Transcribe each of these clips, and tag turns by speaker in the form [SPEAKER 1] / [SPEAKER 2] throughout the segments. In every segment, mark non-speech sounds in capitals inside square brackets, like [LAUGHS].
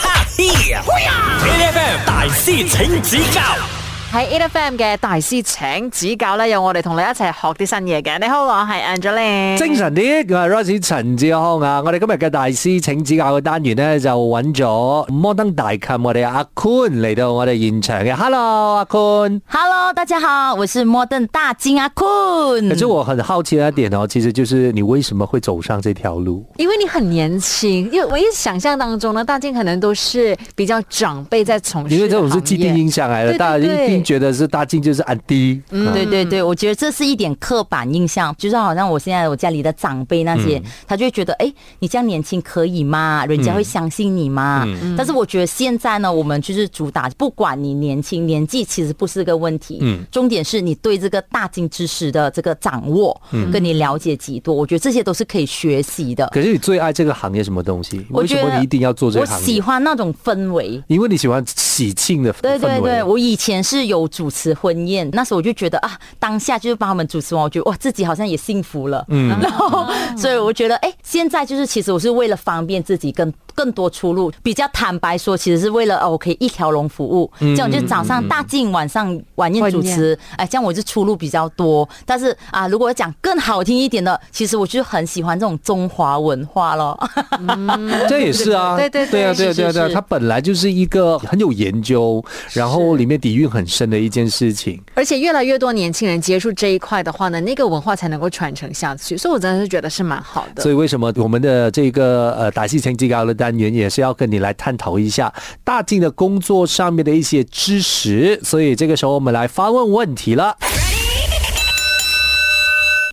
[SPEAKER 1] A F M 大師請指教
[SPEAKER 2] 喺 e f m 嘅大師請指教咧，有我哋同你一齊學啲新嘢嘅。你好，我係
[SPEAKER 3] 嗯
[SPEAKER 2] Angeline。
[SPEAKER 4] 精神啲，我系 Rosie 陳志康啊！我哋今日嘅大師請指教嘅單元呢，就揾咗摩登大琴我哋阿 Kun 嚟到我哋現場嘅。Hello，阿 Kun。
[SPEAKER 3] Hello，大家好，我是摩登大金阿坤。
[SPEAKER 4] 可是我很好奇的一点哦，其實就是你為什麼會走上這條路？
[SPEAKER 2] 因為你很年輕，因為我一想象當中呢，大家可能都是比較長輩在從事，
[SPEAKER 4] 因為這種是既定印。象來
[SPEAKER 2] 對對
[SPEAKER 4] 的，大家
[SPEAKER 2] 對
[SPEAKER 4] 一定覺得是大靖就是安迪。嗯
[SPEAKER 3] 对对对，我觉得这是一点刻板印象，就是好像我现在我家里的长辈那些，
[SPEAKER 4] 嗯
[SPEAKER 3] 他就会觉得，哎，你这样年轻可以吗？人家会相信你吗？
[SPEAKER 4] 嗯
[SPEAKER 3] 但是我觉得现在呢，我们就是主打，不管你年轻年纪，其实不是个问题，
[SPEAKER 4] 嗯
[SPEAKER 3] 重点是你对这个大金知识的这个掌握，跟你了解几多，我觉得这些都是可以学习的。
[SPEAKER 4] 嗯可是你最愛這個行業什麼東西？
[SPEAKER 3] 我
[SPEAKER 4] 為什
[SPEAKER 3] 觉
[SPEAKER 4] 麼
[SPEAKER 3] 得
[SPEAKER 4] 你一定要做這
[SPEAKER 3] 我
[SPEAKER 4] 個行
[SPEAKER 3] 喜
[SPEAKER 4] 業？
[SPEAKER 3] 欢那种氛围，
[SPEAKER 4] 因為你喜歡喜慶的氛
[SPEAKER 3] 对
[SPEAKER 4] 圍。
[SPEAKER 3] 对对，我以前是有主持婚宴，那时候我就觉得啊，当下就是帮他们主持完，我觉得哇，自己好像也幸福了。嗯， [LAUGHS] 然后所以我觉得，哎，现在就是其实我是为了方便自己更更多出路，比较坦白说，其实是为了哦，我可以一条龙服务，这样我就早上大进，晚上晚宴主
[SPEAKER 2] 晚
[SPEAKER 3] 持，哎，这样我就出路比较多。但是啊，如果讲更好听一点的，其实我就很喜欢这种中华文化咯。
[SPEAKER 4] [LAUGHS] 这也是啊，
[SPEAKER 2] 对对对
[SPEAKER 4] 啊，对啊，
[SPEAKER 3] 是
[SPEAKER 4] 对啊，
[SPEAKER 3] 是
[SPEAKER 4] 对啊，
[SPEAKER 3] 是
[SPEAKER 4] 它本来就是一个很有研究，然后里面底蕴很深的一件事情。
[SPEAKER 2] 而且越来越多年轻人接触这一块的话呢，那个文化才能夠傳承下去。所以我真的是觉得是蛮好的。
[SPEAKER 4] 所以为什么我们的这个呃打戏成绩高的单元也是要跟你来探讨一下大靖的工作上面的一些知识？所以这个时候我们来发问问题了。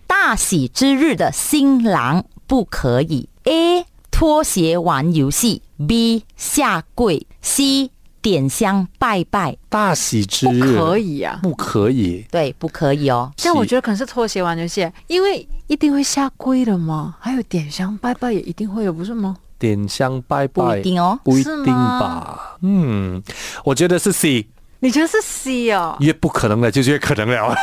[SPEAKER 3] 大喜之日的新郎不可以：A. 拖鞋玩游戏；B. 下跪；C. 点香拜拜。
[SPEAKER 4] 大喜之
[SPEAKER 2] 不
[SPEAKER 4] 日
[SPEAKER 2] 可以啊！
[SPEAKER 4] 不可以。
[SPEAKER 3] 对，不可以哦。
[SPEAKER 2] 但我觉
[SPEAKER 4] 得
[SPEAKER 2] 得可能是拖鞋玩游戏，因为一定会下跪的嘛，还有点香拜拜也一定会有，不是吗？
[SPEAKER 4] 点香拜拜
[SPEAKER 3] 不一定哦
[SPEAKER 4] 不一
[SPEAKER 2] 是
[SPEAKER 4] 定
[SPEAKER 2] 吗
[SPEAKER 4] 吧？嗯，我觉得是 C，
[SPEAKER 2] 你觉得是 C 哦？
[SPEAKER 4] 越不可能的就是越可能了。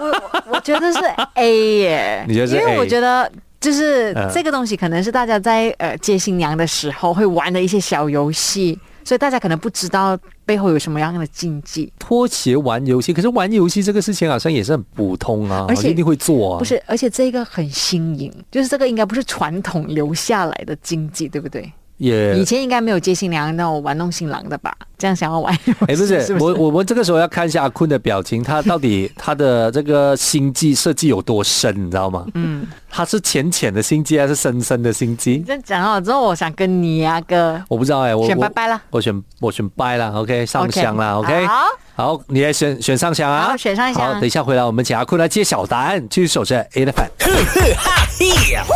[SPEAKER 2] 我我觉得是 A 耶，
[SPEAKER 4] 你觉得是
[SPEAKER 2] 因
[SPEAKER 4] A
[SPEAKER 2] 为我觉得。就是
[SPEAKER 4] 嗯
[SPEAKER 2] 这个东西，可能是大家在呃接新娘的时候会玩的一些小游戏，所以大家可能不知道背后有什么样的禁忌。
[SPEAKER 4] 拖鞋玩游戏，可是玩游戏这个事情好像也是很普通啊，
[SPEAKER 2] 而且
[SPEAKER 4] 好像一定会做啊。
[SPEAKER 2] 不，是，而且这个很新颖，就是这个应该不是传统留下来的禁忌，对不对？
[SPEAKER 4] 也
[SPEAKER 2] 以前应该没有接新娘那种玩弄新郎的吧？这样想要玩游戏，
[SPEAKER 4] [LAUGHS] 哎，不
[SPEAKER 2] [LAUGHS]
[SPEAKER 4] 是，
[SPEAKER 2] 是不
[SPEAKER 4] 我
[SPEAKER 2] 是？
[SPEAKER 4] 我们这个时候要看一下阿坤的表情，他到底他的这个心计设计有多深，你知道吗？嗯，他是浅浅的心机还是深深的心机
[SPEAKER 2] 你？这样讲好之后，我想跟你啊哥，
[SPEAKER 4] 我不知道哎、我
[SPEAKER 2] 选
[SPEAKER 4] 我
[SPEAKER 2] 拜拜啦
[SPEAKER 4] 我选我选拜啦，OK，上香啦
[SPEAKER 2] OK，
[SPEAKER 4] ，OK，
[SPEAKER 2] 好，
[SPEAKER 4] 好，你来选选上香啊，
[SPEAKER 2] 好选上香
[SPEAKER 4] 好，等一下回来我们请阿坤来揭晓答案，继续守着 A 的粉。
[SPEAKER 1] ，A F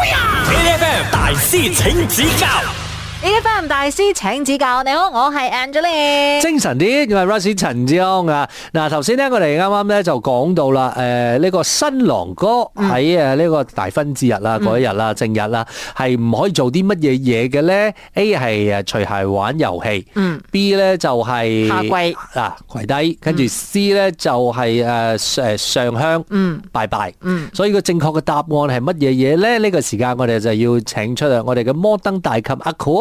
[SPEAKER 1] M 大師請指教
[SPEAKER 2] 呢个 FM 大师请指教。你好，我系 Angeline。
[SPEAKER 4] 精神啲，我係 r u s s 陳志康啊！嗱，頭先咧，我哋啱啱咧就講到啦，誒、呢、個新郎哥喺誒呢個大婚之日啦，嗰一日啦，正日啦，係唔可以做啲乜嘢嘢嘅咧？A 係誒除鞋玩遊戲，
[SPEAKER 2] 嗯
[SPEAKER 4] ，B 咧就係、
[SPEAKER 2] 下跪
[SPEAKER 4] 啊跪低，跟住 C 咧就係誒誒上香，
[SPEAKER 2] 嗯，
[SPEAKER 4] 拜拜，
[SPEAKER 2] 嗯，
[SPEAKER 4] 所以個正確嘅答案係乜嘢嘢咧？呢、個時間我哋就要請出啊我哋嘅摩登大琴阿款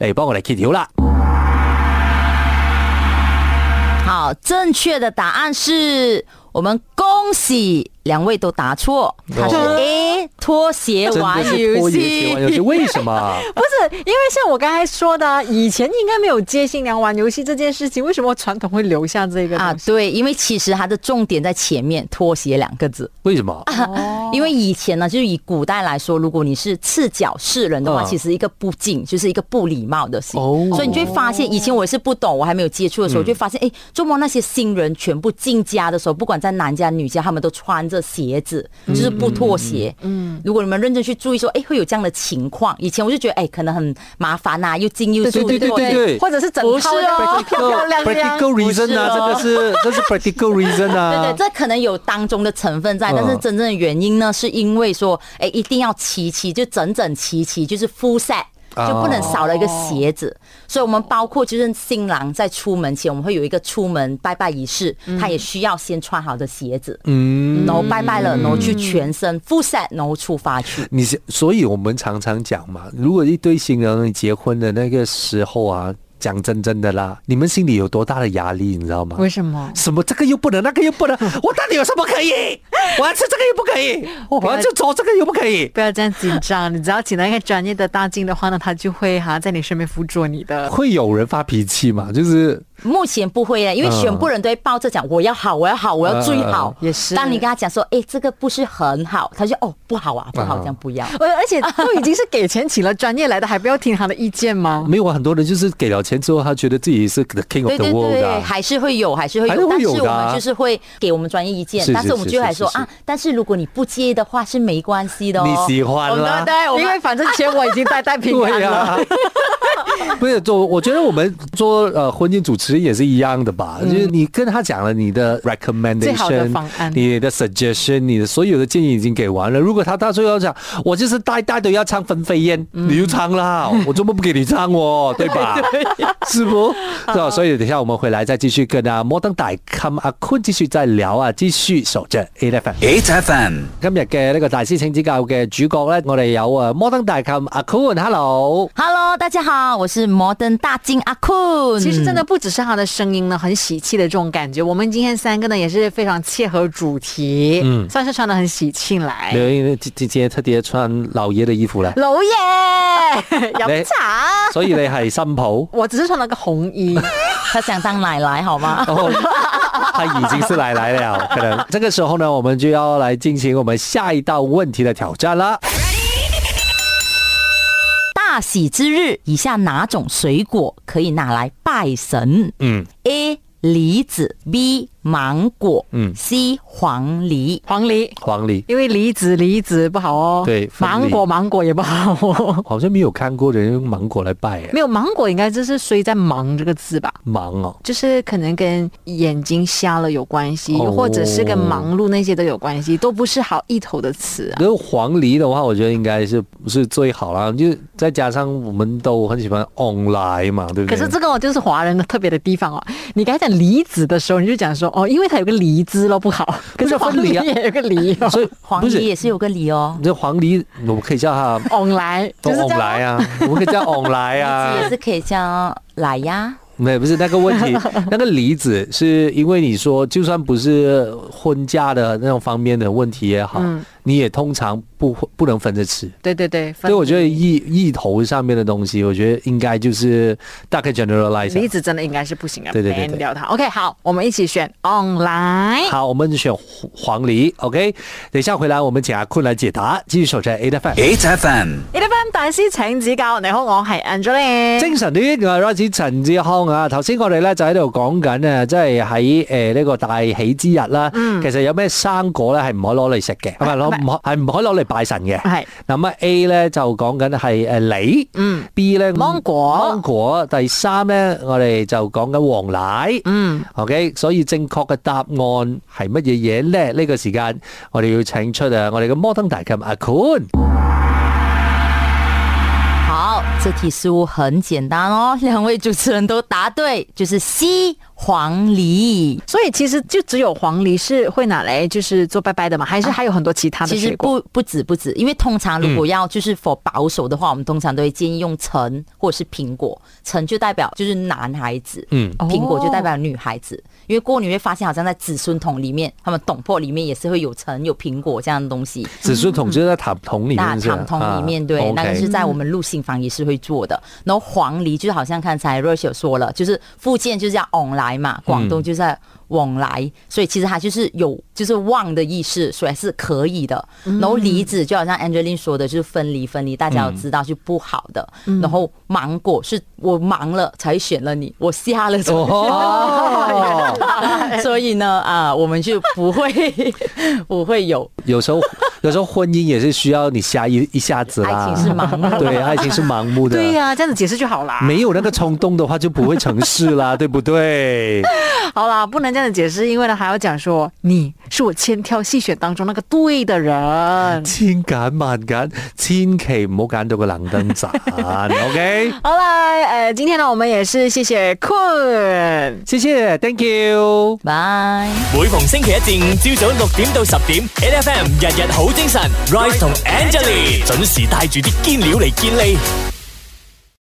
[SPEAKER 4] 嚟幫我哋揭曉啦。
[SPEAKER 3] 好，正确的答案是我们恭喜两位都答错，他是
[SPEAKER 4] 哦
[SPEAKER 3] A 拖鞋
[SPEAKER 4] [LAUGHS] 真
[SPEAKER 3] 玩
[SPEAKER 4] 的是
[SPEAKER 3] 游
[SPEAKER 4] 拖鞋
[SPEAKER 3] 戏
[SPEAKER 4] 玩。游戏，为什么？
[SPEAKER 2] 不是，因为像我刚才说的啊，以前应该没有接新娘玩游戏这件事情，为什么传统会留下这个
[SPEAKER 3] 啊
[SPEAKER 2] 东，西？
[SPEAKER 3] 对，因为其实它的重点在前面“拖鞋”两个字。
[SPEAKER 4] 为什么？
[SPEAKER 3] 因为以前呢，就是以古代来说，如果你是赤脚示人的话，
[SPEAKER 4] 嗯
[SPEAKER 3] 其实一个不敬就是一个不礼貌的行。
[SPEAKER 4] 哦嗯
[SPEAKER 3] 所以你就会发现，以前我也是不懂，我还没有接触的时候，就会发现，哎，周末那些新人全部进家的时候，不管在男家女家，他们都穿着鞋子，
[SPEAKER 4] 嗯
[SPEAKER 3] 就是不脱鞋。嗯，如果你们认真去注意说，哎，会有这样的情况。以前我就觉得，哎，可能很麻烦呐、又进又出，
[SPEAKER 4] 对对对
[SPEAKER 3] 不
[SPEAKER 4] 对对
[SPEAKER 2] 或者是啊整
[SPEAKER 3] 不是
[SPEAKER 2] 套的
[SPEAKER 3] 哦
[SPEAKER 2] 漂漂亮亮。
[SPEAKER 4] practical reason 啊，这个是这是 practical reason
[SPEAKER 3] 对
[SPEAKER 4] 啊
[SPEAKER 3] [LAUGHS] 对，。这可能有当中的成分在，
[SPEAKER 4] 嗯
[SPEAKER 3] 但是真正的原因呢，是因为说，哎，一定要齐齐，就整整齐齐，就是 full set。就不能少了一个鞋子。所以我们包括就是新郎在出门前，我们会有一个出门拜拜仪式，他也需要先穿好的鞋子，嗯，然后拜拜了，然后去全身 full set，然后出发去。
[SPEAKER 4] 你是，所以我们常常讲嘛，如果一对新人结婚的那个时候啊，讲真真的啦，你们心里有多大的压力，你知道吗？
[SPEAKER 2] 为什么？
[SPEAKER 4] 什么这个又不能，那个又不能， [LAUGHS] 我到底有什么可以？我要吃这个又不可以，我要就做这个又不可以。
[SPEAKER 2] 不要这样紧张，你只要请到一个专业的搭镜的话呢，他就会哈、在你身边辅佐你的。
[SPEAKER 4] 会有人发脾气嘛？就是
[SPEAKER 3] 目前不会啊，因为全部人都会抱着讲我要好，我要好，我要最好。
[SPEAKER 2] 也是
[SPEAKER 3] 当你跟他讲说，哎、这个不是很好，他就哦不好啊，不好，这样不要。
[SPEAKER 2] 而 [LAUGHS] 而且都已经是给钱请了专业来的，还不要听他的意见 [LAUGHS] 吗？
[SPEAKER 4] 没有啊，很多人就是给了钱之后，他觉得自己是 the king of
[SPEAKER 3] 对
[SPEAKER 4] the
[SPEAKER 3] 对
[SPEAKER 4] world
[SPEAKER 3] 对，
[SPEAKER 4] 啊。
[SPEAKER 3] 还是会有，还是会
[SPEAKER 4] 还是
[SPEAKER 3] 有，
[SPEAKER 4] 会
[SPEAKER 3] 但是
[SPEAKER 4] 有
[SPEAKER 3] 我
[SPEAKER 4] 的啊
[SPEAKER 3] 们就是会给我们专业意见
[SPEAKER 4] 是是，
[SPEAKER 3] 但是我们就会说
[SPEAKER 4] 是是是
[SPEAKER 3] 啊，但是如果你不介意的话是没关系的哦。
[SPEAKER 4] 你喜欢啦，
[SPEAKER 2] 对，因为反正钱我已经带带平安 [LAUGHS]
[SPEAKER 4] 对呀、
[SPEAKER 2] 了。
[SPEAKER 4] 不是，做我觉得我们做呃婚宴主持人也是一样的吧，就是你跟他讲了你的 recommendation，
[SPEAKER 2] 嗯最好的方案
[SPEAKER 4] 你的 suggestion，你的所有的建议已经给完了。如果他到最后讲，我就是大大都要唱分飞燕，
[SPEAKER 2] 嗯
[SPEAKER 4] 你就唱
[SPEAKER 2] [LAUGHS]
[SPEAKER 4] 啦，我怎么不给你唱哦，对吧？
[SPEAKER 2] [LAUGHS]
[SPEAKER 4] 是不？是吧？所以等一下我们回来再继续跟啊摩登大 come 阿坤继续再聊啊，继续守着 A F M。
[SPEAKER 1] ，HFM，
[SPEAKER 4] 今日嘅呢個大師請指教嘅主角咧，我哋有啊摩登大 come 阿坤，hello。
[SPEAKER 3] Hello，大家好，我是摩登大金阿坤。
[SPEAKER 2] 其实真
[SPEAKER 4] 嗯
[SPEAKER 2] 的不只是他的声音呢，很喜气的这种感觉。我们今天三个呢也是非常切合主题，嗯，算是穿的很喜庆来。，
[SPEAKER 4] 刘英今今天特地穿老爷的衣服啦
[SPEAKER 2] [LAUGHS] 老
[SPEAKER 4] [LAUGHS]
[SPEAKER 2] 爷
[SPEAKER 4] 你
[SPEAKER 2] 饮茶，
[SPEAKER 4] 所以你係新抱，
[SPEAKER 2] 我只是穿了个红衣，
[SPEAKER 4] 嗯
[SPEAKER 3] 他想当奶奶好吗？ [LAUGHS]
[SPEAKER 4] 然后他已经是奶奶了。可能这个时候呢，我们就要来进行我们下一道问题的挑战啦。
[SPEAKER 3] 大喜之日，以下哪种水果可以拿来拜神？
[SPEAKER 4] 嗯
[SPEAKER 3] ，A 梨子，B 芒果，
[SPEAKER 4] 嗯
[SPEAKER 3] 嗯，C 黄梨。
[SPEAKER 2] 黄梨。
[SPEAKER 4] 黄梨
[SPEAKER 2] 因为梨子梨子不好哦，
[SPEAKER 4] 对分离
[SPEAKER 2] 芒果芒果也不好哦。 [LAUGHS]
[SPEAKER 4] 好像没有看过人用芒果来拜耶，
[SPEAKER 2] 没有芒果应该就是衰在“芒”这个字吧，
[SPEAKER 4] 芒哦。
[SPEAKER 2] 就是可能跟眼睛瞎了有关系，
[SPEAKER 4] 哦
[SPEAKER 2] 或者是跟忙碌那些都有关系，都不是好意头的词啊。
[SPEAKER 4] 然后黄梨的话，我觉得应该是是最好啦，就再加上我们都很喜欢 online 嘛，对不
[SPEAKER 2] 可
[SPEAKER 4] 对？
[SPEAKER 2] 是这个哦就是华人的特别的地方哦。你刚才讲梨子的时候，你就讲说哦，因为它有个梨字咯，不
[SPEAKER 4] [LAUGHS]
[SPEAKER 2] 好。可是黄
[SPEAKER 4] 分
[SPEAKER 2] 梨
[SPEAKER 4] 离啊
[SPEAKER 2] 也有个梨哦，
[SPEAKER 4] [LAUGHS] 所以
[SPEAKER 3] 黄
[SPEAKER 4] 不是
[SPEAKER 3] 梨也是有个梨哦，
[SPEAKER 4] 这黄梨，我们可以叫它
[SPEAKER 2] 往来
[SPEAKER 4] 都
[SPEAKER 2] 就是这
[SPEAKER 4] online
[SPEAKER 2] 样哦。
[SPEAKER 4] 啊，我们可以叫 online 啊，
[SPEAKER 3] [LAUGHS] 也是可以叫奶呀。
[SPEAKER 4] 没有，不是那个问题，那个离子是因为你说，就算不是婚嫁的那种方面的问题也好，你也通常不不能分着吃。
[SPEAKER 2] 对对对，
[SPEAKER 4] 所以我觉得意意头上面的东西，我觉得应该就是大概 generalize
[SPEAKER 2] 梨
[SPEAKER 4] 啊。
[SPEAKER 2] 子真的应该是不行啊，
[SPEAKER 4] 对对对对
[SPEAKER 2] ban 掉它。OK，好，我们一起选 online。
[SPEAKER 4] 好，我们选黄梨，OK。等一下回来，我们请阿坤来解答。继续守在 A F M。
[SPEAKER 2] e l e v e 大師請指教，你好，我係 Angeline。
[SPEAKER 4] 精神啲，我係 r o s 陳志康啊！頭先我哋咧就喺度講緊啊，即係喺誒呢個大喜之日啦，其實有咩生果咧係唔可以攞嚟食嘅，係咪攞唔可係唔可以攞嚟拜神嘅？
[SPEAKER 2] 係
[SPEAKER 4] 咁啊 A 咧就講緊係誒梨，嗯，B 咧
[SPEAKER 2] 芒果
[SPEAKER 4] 芒果，第三咧我哋就講緊黃奶，嗯，OK，所以正確嘅答案係乜嘢嘢咧？呢、個時間我哋要請出啊我哋嘅摩登大琴阿坤。
[SPEAKER 3] 好，这题似乎很简单哦， [LAUGHS] 两位主持人都答对，就是西黄梨。
[SPEAKER 2] 所以其实就只有黄梨是会拿来就是做拜拜的嘛，还是
[SPEAKER 4] 啊
[SPEAKER 2] 还有很多其他的
[SPEAKER 3] 其
[SPEAKER 2] 水
[SPEAKER 3] 实
[SPEAKER 2] 果？
[SPEAKER 3] 不不止不止，因为通常如果要就是否保守的话，我们通常都会建议用橙或者是苹果。橙就代表就是男孩子，
[SPEAKER 4] 嗯
[SPEAKER 3] 嗯，苹果就代表女孩子。因为过后你会发现，好像在子孙桶里面，他们董破里面也是会有橙有苹果这样的东西。
[SPEAKER 4] 子孙桶就是在塔桶里
[SPEAKER 3] 大
[SPEAKER 4] 面是吧，
[SPEAKER 3] 长筒里面，
[SPEAKER 4] 啊
[SPEAKER 3] 对，那个
[SPEAKER 4] OK
[SPEAKER 3] 是在我们陆信房也是会做的。然后黄梨就是好像刚才 Rose 有说了，就是福建就是叫往来嘛，
[SPEAKER 4] 嗯
[SPEAKER 3] 广东就是在往来，所以其实它就是有就是旺的意思，所以还是可以的。
[SPEAKER 4] 嗯
[SPEAKER 3] 然后梨子就好像 Angeline 说的，就是分离分离，大家要知
[SPEAKER 4] 嗯
[SPEAKER 3] 道是不好的。然后芒果是我忙了才选了你，我瞎了才选
[SPEAKER 4] 哦，
[SPEAKER 3] [LAUGHS] 所以呢，啊，我们就不会不会有
[SPEAKER 4] 有时候 [LAUGHS] 有时候婚姻也是需要你下一一下子啦。
[SPEAKER 3] 爱情是盲目的
[SPEAKER 4] [LAUGHS] 对，啊爱情是盲目的。
[SPEAKER 2] 对呀、啊这样子解释就好啦。
[SPEAKER 4] 没有那个冲动的话，就不会成事啦， [LAUGHS] 对不对？
[SPEAKER 2] 好啦，不能这样子解释，因为呢还要讲说你是我千挑细选当中那个对的人。
[SPEAKER 4] 千揀萬揀，千祈唔好揀到個冷燈盞。OK，
[SPEAKER 2] 好啦，呃，今天呢我们也是谢谢困。
[SPEAKER 4] 謝謝，Thank you。
[SPEAKER 3] 拜。
[SPEAKER 1] 每逢星期一至五朝早六點到十點，N F M 日日好精神，Rise 同 Angelie 準時帶住啲堅料嚟健利。